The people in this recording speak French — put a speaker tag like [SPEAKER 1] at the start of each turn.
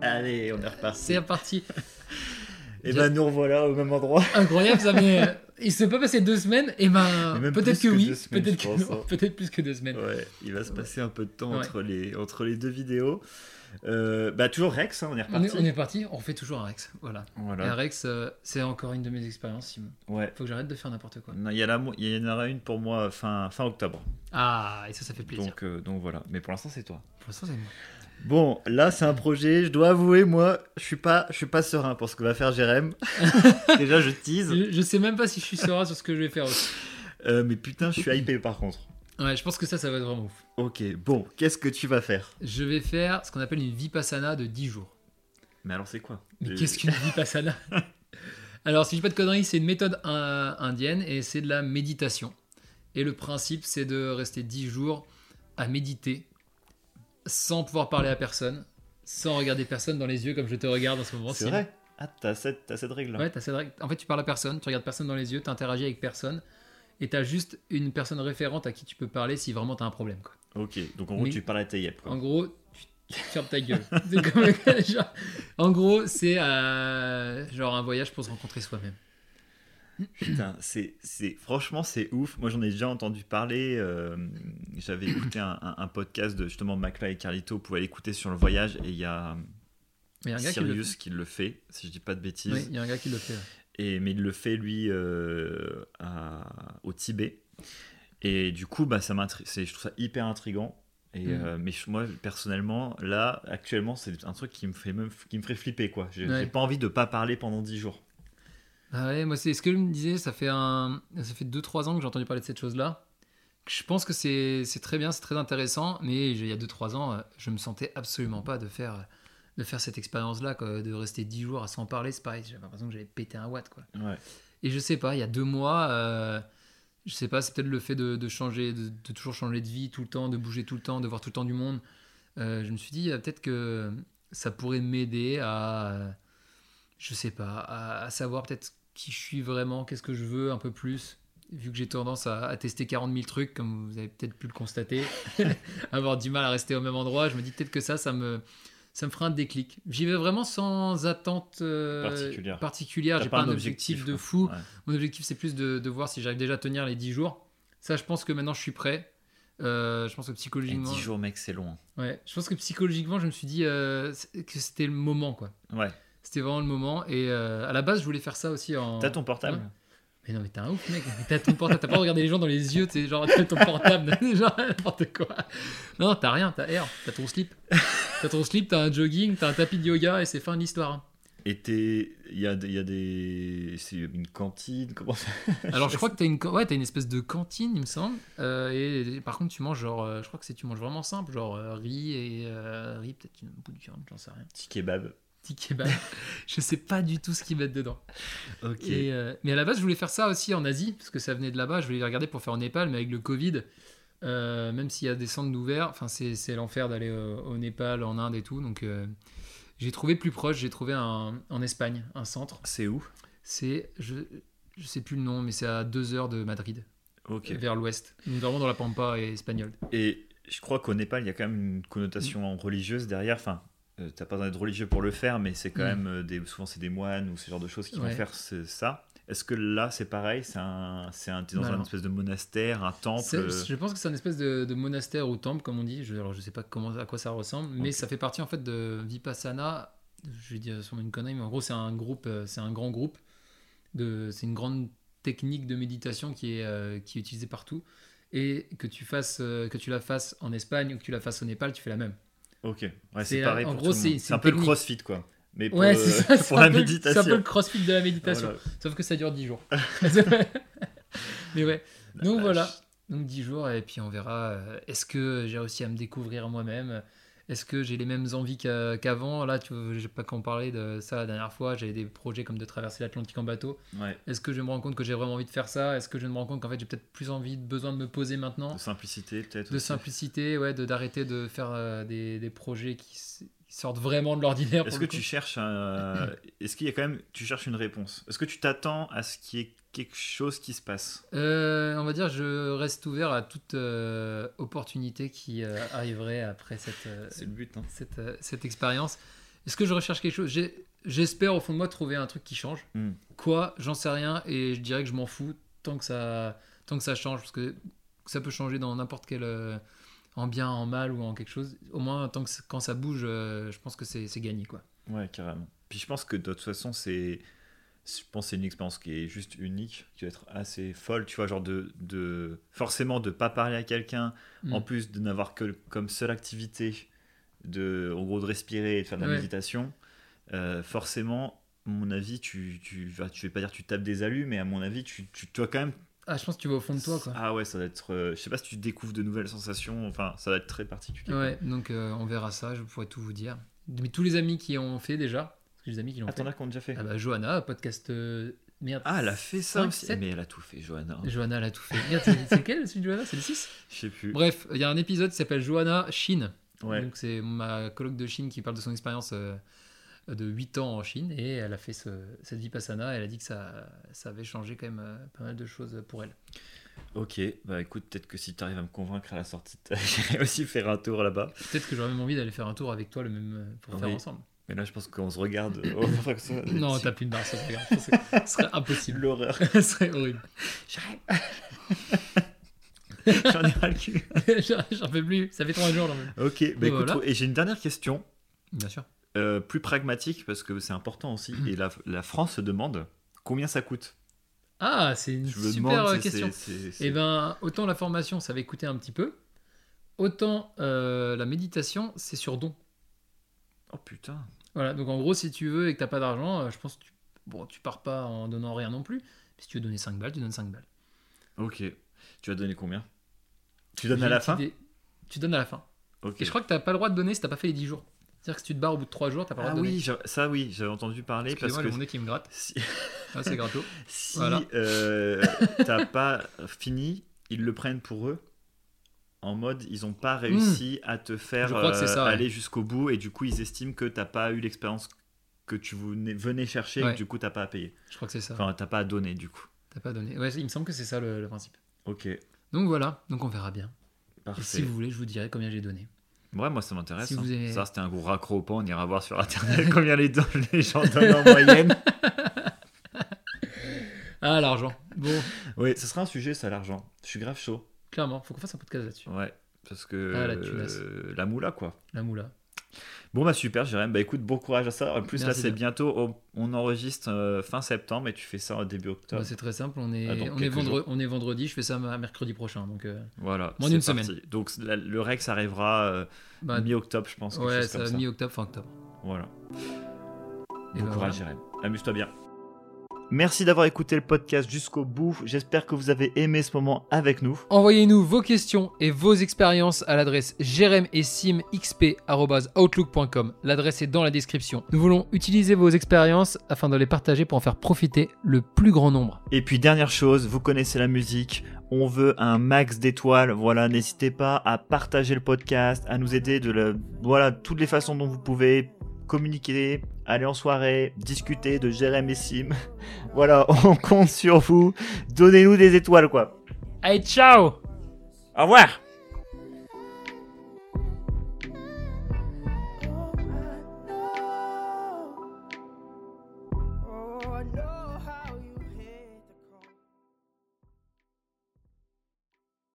[SPEAKER 1] Allez, on est reparti.
[SPEAKER 2] C'est reparti.
[SPEAKER 1] Et ben nous revoilà au même endroit.
[SPEAKER 2] Incroyable ça, mais euh, il s'est pas passé deux semaines. Et
[SPEAKER 1] Mais
[SPEAKER 2] ben
[SPEAKER 1] même
[SPEAKER 2] peut-être que,
[SPEAKER 1] plus que
[SPEAKER 2] oui,
[SPEAKER 1] deux semaines,
[SPEAKER 2] peut-être
[SPEAKER 1] je
[SPEAKER 2] que
[SPEAKER 1] pense,
[SPEAKER 2] non,
[SPEAKER 1] hein.
[SPEAKER 2] peut-être plus que deux semaines.
[SPEAKER 1] Ouais, il va se passer un peu de temps
[SPEAKER 2] Ouais.
[SPEAKER 1] entre, les, entre les deux vidéos. Euh, bah toujours Rex, hein, on est
[SPEAKER 2] On
[SPEAKER 1] reparti.
[SPEAKER 2] est, on est parti, on refait toujours un Rex. Voilà.
[SPEAKER 1] Voilà.
[SPEAKER 2] Et un Rex, euh, c'est encore une de mes expériences, Simon.
[SPEAKER 1] Ouais.
[SPEAKER 2] Faut que j'arrête de faire n'importe quoi.
[SPEAKER 1] Non, Il y, a la mo- il y en aura une pour moi fin, fin octobre.
[SPEAKER 2] Ah, et ça, ça fait plaisir.
[SPEAKER 1] Donc, euh, donc voilà. Mais pour l'instant, c'est toi.
[SPEAKER 2] Pour l'instant, c'est moi.
[SPEAKER 1] Bon, là, c'est un projet. Je dois avouer, moi, je suis pas, je suis pas serein pour ce que va faire Jérém. Déjà, je tease.
[SPEAKER 2] Je, je sais même pas si je suis serein sur ce que je vais faire aussi.
[SPEAKER 1] Euh, mais putain, je suis hypé par contre.
[SPEAKER 2] Ouais, je pense que ça, ça va être vraiment ouf.
[SPEAKER 1] Ok, bon, qu'est-ce que tu vas faire
[SPEAKER 2] Je vais faire ce qu'on appelle une vipassana de 10 jours.
[SPEAKER 1] Mais alors, c'est quoi
[SPEAKER 2] Mais
[SPEAKER 1] Euh,
[SPEAKER 2] qu'est-ce qu'une vipassana Alors, si je dis pas de conneries, c'est une méthode euh, indienne et c'est de la méditation. Et le principe, c'est de rester 10 jours à méditer sans pouvoir parler à personne, sans regarder personne dans les yeux comme je te regarde en ce moment.
[SPEAKER 1] C'est
[SPEAKER 2] Sim.
[SPEAKER 1] vrai Ah, t'as cette, t'as cette règle-là.
[SPEAKER 2] Ouais, t'as cette règle. En fait, tu parles à personne, tu regardes personne dans les yeux, tu interagis avec personne et tu as juste une personne référente à qui tu peux parler si vraiment tu as un problème. Quoi.
[SPEAKER 1] Ok, donc en gros,
[SPEAKER 2] Mais-
[SPEAKER 1] tu parles à ta yep, quoi.
[SPEAKER 2] En gros, tu tu fermes ta gueule. C'est comme le- genre- en gros, c'est euh, genre un voyage pour se rencontrer soi-même.
[SPEAKER 1] Putain, c'est, c'est, franchement, c'est ouf. Moi, j'en ai déjà entendu parler. euh, j'avais écouté un, un- un podcast de justement Macla et Carlito. Vous pouvez l'écouter sur le voyage. Et il y a
[SPEAKER 2] Mais Il y a un gars qui le
[SPEAKER 1] Sirius qui le fait, si je dis pas de bêtises.
[SPEAKER 2] Oui, il y a un gars qui le fait. ouais.
[SPEAKER 1] Et, mais il le fait, lui, euh, à- au Tibet. Et du coup, bah, ça m'intri- c'est- je trouve ça hyper intriguant. Et,
[SPEAKER 2] Mhm.
[SPEAKER 1] euh, mais je- moi, personnellement, là, actuellement, c'est un truc qui me fait, même, qui me ferait flipper. quoi. J'ai
[SPEAKER 2] Ouais.
[SPEAKER 1] j'ai pas envie de pas parler pendant 10 jours.
[SPEAKER 2] Ah ouais, moi c'est ce que je me disais, ça fait un ça fait 2 3 ans que j'ai entendu parler de cette chose-là. Je pense que c'est c'est très bien, c'est très intéressant, mais j'ai- il y a 2 3 ans, euh, je me sentais absolument pas de faire de faire cette expérience-là quoi, de rester 10 jours à s'en parler, c'est pareil, j'avais l'impression que j'avais pété un watt quoi.
[SPEAKER 1] Ouais.
[SPEAKER 2] Et je sais pas, il y a deux mois, euh, je sais pas, c'est peut-être le fait de, de changer, de, de toujours changer de vie tout le temps, de bouger tout le temps, de voir tout le temps du monde. Euh, je me suis dit, euh, peut-être que ça pourrait m'aider à, euh, je sais pas, à, à savoir peut-être qui je suis vraiment, qu'est-ce que je veux un peu plus. Vu que j'ai tendance à, à tester 40 000 trucs, comme vous avez peut-être pu le constater, avoir du mal à rester au même endroit, je me dis peut-être que ça, ça me, ça me fera un déclic. J'y vais vraiment sans attente euh,
[SPEAKER 1] Particulière.
[SPEAKER 2] particulière.
[SPEAKER 1] T'as
[SPEAKER 2] J'ai pas, un objectif, de
[SPEAKER 1] quoi.
[SPEAKER 2] fou.
[SPEAKER 1] Ouais.
[SPEAKER 2] Mon objectif, c'est plus de, de voir si j'arrive déjà à tenir les 10 jours. Ça, je pense que maintenant, je suis prêt. Euh, je pense que
[SPEAKER 1] Et
[SPEAKER 2] psychologiquement,
[SPEAKER 1] 10 jours, mec, c'est long. hein.
[SPEAKER 2] ouais, je pense que psychologiquement, je me suis dit euh, c'est- que c'était le moment, quoi.
[SPEAKER 1] Ouais.
[SPEAKER 2] C'était vraiment le moment. Et euh, à la base, je voulais faire ça aussi en.
[SPEAKER 1] T'as ton portable
[SPEAKER 2] Mais non, mais t'es un ouf, mec. Mais T'as ton portable. T'as pas regardé les gens dans les yeux. T'es genre t'as ton portable. genre n'importe quoi. Non, t'as rien. T'as air. T'as ton slip. T'as ton slip. T'as un jogging. T'as un tapis de yoga. Et c'est fin de l'histoire. hein.
[SPEAKER 1] Et t'es- il y a, des- il y a des. C'est une cantine Comment ça
[SPEAKER 2] Alors je crois que t'as une, ca- ouais, t'as une espèce de cantine, il me semble. Euh, et, et par contre, tu manges genre, euh, je crois que c'est tu manges vraiment simple, genre euh, riz et euh, riz, peut-être une bout de viande, j'en sais rien.
[SPEAKER 1] Petit kebab.
[SPEAKER 2] Petit kebab. je sais pas du tout ce qu'ils mettent dedans.
[SPEAKER 1] Ok.
[SPEAKER 2] Et, euh, mais à la base, je voulais faire ça aussi en Asie, parce que ça venait de là-bas. Je voulais les regarder pour faire au Népal, mais avec le Covid, euh, même s'il y a des centres d'ouvert, enfin, c'est c'est l'enfer d'aller euh, au Népal, en Inde et tout. Donc euh, j'ai trouvé plus proche, j'ai trouvé un, en Espagne un centre.
[SPEAKER 1] C'est où
[SPEAKER 2] C'est, je, je sais plus le nom, mais c'est à deux heures de Madrid
[SPEAKER 1] Ok.
[SPEAKER 2] vers l'ouest, Donc, vraiment dans la pampa et espagnole.
[SPEAKER 1] Et je crois qu'au Népal, il y a quand même une connotation
[SPEAKER 2] Mm.
[SPEAKER 1] religieuse derrière. Enfin, euh, t'as pas besoin d'être religieux pour le faire, mais c'est quand
[SPEAKER 2] Mm.
[SPEAKER 1] même euh, des, souvent c'est des moines ou ce genre de choses qui
[SPEAKER 2] Ouais.
[SPEAKER 1] vont faire ce- ça. Est-ce que là, c'est pareil C'est un, c'est un, t'es dans
[SPEAKER 2] Bah
[SPEAKER 1] un
[SPEAKER 2] non.
[SPEAKER 1] espèce de monastère, un temple. euh,
[SPEAKER 2] C'est- Je pense que c'est un espèce de, de monastère ou temple, comme on dit. Je, alors je sais pas comment, à quoi ça ressemble, mais
[SPEAKER 1] Ok.
[SPEAKER 2] ça fait partie en fait de Vipassana. Je vais dire sûrement une connerie, mais en gros c'est un groupe, euh, c'est un grand groupe. de- C'est une grande technique de méditation qui est, euh, qui est utilisée partout. Et que tu, fasses, euh, que tu la fasses en Espagne ou que tu la fasses au Népal, tu fais la même.
[SPEAKER 1] Ok. Ouais,
[SPEAKER 2] c'est
[SPEAKER 1] c'est
[SPEAKER 2] la-
[SPEAKER 1] pareil.
[SPEAKER 2] en
[SPEAKER 1] pour
[SPEAKER 2] gros,
[SPEAKER 1] tout le
[SPEAKER 2] c'est-
[SPEAKER 1] monde.
[SPEAKER 2] c'est
[SPEAKER 1] c'est un
[SPEAKER 2] une
[SPEAKER 1] peu le
[SPEAKER 2] technique.
[SPEAKER 1] crossfit, quoi. Mais pour,
[SPEAKER 2] ouais,
[SPEAKER 1] euh,
[SPEAKER 2] c'est ça. c'est
[SPEAKER 1] pour
[SPEAKER 2] un
[SPEAKER 1] la
[SPEAKER 2] peu le-
[SPEAKER 1] méditation.
[SPEAKER 2] C'est un peu le crossfit de la méditation.
[SPEAKER 1] Voilà.
[SPEAKER 2] Sauf que ça dure 10 jours. mais ouais.
[SPEAKER 1] La
[SPEAKER 2] Donc
[SPEAKER 1] vache.
[SPEAKER 2] voilà. Donc 10 jours et puis on verra. euh, Est-ce que j'ai réussi à me découvrir moi-même Est-ce que j'ai les mêmes envies qu'a- qu'avant Là, tu vois, j'ai pas qu'on parlait de ça la dernière fois. J'avais des projets comme de traverser l'Atlantique en bateau.
[SPEAKER 1] Ouais,
[SPEAKER 2] Est-ce que je me rends compte que j'ai vraiment envie de faire ça Est-ce que je me rends compte qu'en fait j'ai peut-être plus envie, besoin de me poser maintenant
[SPEAKER 1] de simplicité, peut-être.
[SPEAKER 2] Ah. De
[SPEAKER 1] aussi.
[SPEAKER 2] simplicité, ouais, de d'arrêter de faire euh, des, des projets qui, s- qui sortent vraiment de l'ordinaire.
[SPEAKER 1] Est-ce
[SPEAKER 2] pour
[SPEAKER 1] que
[SPEAKER 2] le
[SPEAKER 1] tu
[SPEAKER 2] coup.
[SPEAKER 1] cherches un- Est-ce qu'il y a quand même tu cherches une réponse Est-ce que tu t'attends à ce qu'il y ait quelque chose qui se passe
[SPEAKER 2] Euh, on va dire, je reste ouvert à toute euh, opportunité qui euh, arriverait après cette, euh,
[SPEAKER 1] le but.
[SPEAKER 2] cette, euh, cette expérience. Est-ce que je recherche quelque chose J'ai- J'espère au fond de moi trouver un truc qui change.
[SPEAKER 1] Mm.
[SPEAKER 2] Quoi J'en sais rien et je dirais que je m'en fous tant que ça, tant que ça change parce que ça peut changer dans n'importe quel euh, en bien, en mal ou en quelque chose. Au moins tant que c- quand ça bouge, euh, je pense que c'est c'est gagné quoi.
[SPEAKER 1] Ouais, carrément. Puis je pense que de toute façon, c'est. Je pense que c'est une expérience qui est juste unique, qui va être assez folle, tu vois, genre de, de forcément de pas parler à quelqu'un,
[SPEAKER 2] Mm.
[SPEAKER 1] en plus de n'avoir que comme seule activité de, en gros, de respirer et de faire de la
[SPEAKER 2] Ouais.
[SPEAKER 1] méditation. euh, forcément, à mon avis, tu, tu vas, tu vais pas dire tu tapes des alus, mais à mon avis, tu, tu dois quand même.
[SPEAKER 2] Ah, je pense que tu vas au fond de toi quoi.
[SPEAKER 1] Ah ouais, ça va être. euh, je sais pas si tu découvres de nouvelles sensations, enfin, ça va être très particulier.
[SPEAKER 2] Ouais, donc euh, on verra ça, je pourrais tout vous dire. Mais tous les amis qui ont fait déjà, parce que j'ai des amis qui l'ont
[SPEAKER 1] Ah,
[SPEAKER 2] fait.
[SPEAKER 1] t'en as qu'on a déjà fait.
[SPEAKER 2] Ah bah Johanna, podcast euh, merde.
[SPEAKER 1] Ah, elle a fait ça
[SPEAKER 2] Cinq,
[SPEAKER 1] aussi.
[SPEAKER 2] sept.
[SPEAKER 1] Mais elle a tout fait, Johanna.
[SPEAKER 2] Johanna, elle a tout fait. Merde, c'est c'est quel celui de Johanna C'est le 6
[SPEAKER 1] Je sais plus.
[SPEAKER 2] Bref, il y a un épisode qui s'appelle Johanna Chine.
[SPEAKER 1] Ouais.
[SPEAKER 2] Donc c'est ma colloque de Chine qui parle de son expérience euh, de 8 ans en Chine et elle a fait ce, cette vipassana. Elle a dit que ça, ça avait changé quand même euh, pas mal de choses pour elle.
[SPEAKER 1] Ok, bah écoute, peut-être que si tu arrives à me convaincre à la sortie, t'as- j'irai aussi faire un tour là-bas.
[SPEAKER 2] Peut-être que j'aurais même envie d'aller faire un tour avec toi le même euh, pour
[SPEAKER 1] Ah Oui.
[SPEAKER 2] faire ensemble.
[SPEAKER 1] Mais là, je pense qu'on se regarde. Oh, faut que ça-
[SPEAKER 2] Non,
[SPEAKER 1] c'est
[SPEAKER 2] t'as plus de barre, ça c'est grave. Je pense que Ce serait impossible.
[SPEAKER 1] l'horreur.
[SPEAKER 2] Ce serait horrible.
[SPEAKER 1] J'en ai ras le cul.
[SPEAKER 2] J'en j'en peux plus. Ça fait trois jours. j'en peux plus.
[SPEAKER 1] Ok, bah écoute,
[SPEAKER 2] voilà.
[SPEAKER 1] et j'ai une dernière question,
[SPEAKER 2] Bien sûr.
[SPEAKER 1] euh, plus pragmatique, parce que c'est important aussi.
[SPEAKER 2] Mhm.
[SPEAKER 1] Et la, la France se demande combien ça coûte.
[SPEAKER 2] Ah, c'est une
[SPEAKER 1] Je me
[SPEAKER 2] super
[SPEAKER 1] demande
[SPEAKER 2] euh,
[SPEAKER 1] si c'est-
[SPEAKER 2] question.
[SPEAKER 1] c'est- c'est-
[SPEAKER 2] Eh ben, autant la formation, ça va coûter un petit peu. Autant euh, la méditation, c'est sur don.
[SPEAKER 1] Oh putain.
[SPEAKER 2] Voilà, donc en gros, si tu veux et que t'as pas d'argent, euh, je pense que tu, bon, tu pars pas en donnant rien non plus. Mais si tu veux donner 5 balles, tu donnes 5 balles.
[SPEAKER 1] Ok. Tu vas donner combien Tu donnes
[SPEAKER 2] J'ai
[SPEAKER 1] à la
[SPEAKER 2] une
[SPEAKER 1] fin
[SPEAKER 2] petite idée. Tu donnes à la fin.
[SPEAKER 1] Ok.
[SPEAKER 2] Et je crois que t'as pas le droit de donner si t'as pas fait les 10 jours. C'est-à-dire que si tu te barres au bout de 3 jours, t'as pas le
[SPEAKER 1] Ah
[SPEAKER 2] droit de
[SPEAKER 1] oui,
[SPEAKER 2] donner.
[SPEAKER 1] j'a- ça oui, j'avais entendu parler parce
[SPEAKER 2] Excusez-moi,
[SPEAKER 1] que
[SPEAKER 2] le monde qui me gratte.
[SPEAKER 1] si-
[SPEAKER 2] Ah, c'est gratos.
[SPEAKER 1] Si
[SPEAKER 2] Voilà.
[SPEAKER 1] euh, t'as pas fini, ils le prennent pour eux. En mode, ils ont pas réussi à te faire
[SPEAKER 2] Hmm. Je crois que c'est
[SPEAKER 1] euh,
[SPEAKER 2] ça, ouais.
[SPEAKER 1] aller jusqu'au bout et du coup, ils estiment que t'as pas eu l'expérience que tu venais, venais chercher et
[SPEAKER 2] Ouais.
[SPEAKER 1] que du coup, t'as pas à payer.
[SPEAKER 2] Je crois que c'est ça.
[SPEAKER 1] Enfin, t'as pas à donner du coup.
[SPEAKER 2] T'as pas donné. Ouais, il me semble que c'est ça le, le principe.
[SPEAKER 1] Ok,
[SPEAKER 2] Donc voilà, donc on verra bien. Et
[SPEAKER 1] parfait.
[SPEAKER 2] si vous voulez, je vous dirai combien j'ai donné.
[SPEAKER 1] Ouais, moi ça m'intéresse.
[SPEAKER 2] si
[SPEAKER 1] hein.
[SPEAKER 2] vous avez-
[SPEAKER 1] Ça, c'était un gros raccro au pan. On ira voir sur internet combien les, dons- les gens donnent en moyenne.
[SPEAKER 2] Ah, l'argent. Bon,
[SPEAKER 1] Oui, ce sera un sujet, ça, l'argent. Je suis grave chaud.
[SPEAKER 2] clairement, faut qu'on fasse un podcast là-dessus.
[SPEAKER 1] Ouais, parce que
[SPEAKER 2] Ah, la tunasse.
[SPEAKER 1] euh, la moula, quoi.
[SPEAKER 2] La moula.
[SPEAKER 1] Bon bah super Jérém, bah écoute bon courage à ça. En plus là
[SPEAKER 2] Merci
[SPEAKER 1] c'est
[SPEAKER 2] bien.
[SPEAKER 1] bientôt, on, on enregistre euh, fin septembre et tu fais ça en début octobre.
[SPEAKER 2] Bah, c'est très simple, on est,
[SPEAKER 1] Ah, donc,
[SPEAKER 2] on, est
[SPEAKER 1] quelques
[SPEAKER 2] vendredi, on est vendredi, je fais ça ma- mercredi prochain. Donc, euh,
[SPEAKER 1] voilà,
[SPEAKER 2] Moins
[SPEAKER 1] c'est
[SPEAKER 2] d'une semaine.
[SPEAKER 1] parti. Donc la- le Rex arrivera euh,
[SPEAKER 2] bah,
[SPEAKER 1] mi-octobre je pense. quelque
[SPEAKER 2] ouais,
[SPEAKER 1] chose comme
[SPEAKER 2] ça,
[SPEAKER 1] ça.
[SPEAKER 2] mi-octobre, fin octobre.
[SPEAKER 1] Voilà.
[SPEAKER 2] Et
[SPEAKER 1] Bon courage
[SPEAKER 2] bah, voilà.
[SPEAKER 1] Jérém, amuse-toi bien. Merci d'avoir écouté le podcast jusqu'au bout. J'espère que vous avez aimé ce moment avec nous.
[SPEAKER 2] Envoyez-nous vos questions et vos expériences à l'adresse jeremessimxp.outlook.com. L'adresse est dans la description. Nous voulons utiliser vos expériences afin de les partager pour en faire profiter le plus grand nombre.
[SPEAKER 1] Et puis dernière chose, vous connaissez la musique, on veut un max d'étoiles, voilà, n'hésitez pas à partager le podcast, à nous aider de le, voilà, toutes les façons dont vous pouvez communiquer, aller en soirée, discuter de Jérémy Sim. Voilà, on compte sur vous. Donnez-nous des étoiles, quoi.
[SPEAKER 2] Allez, ciao
[SPEAKER 1] Au revoir!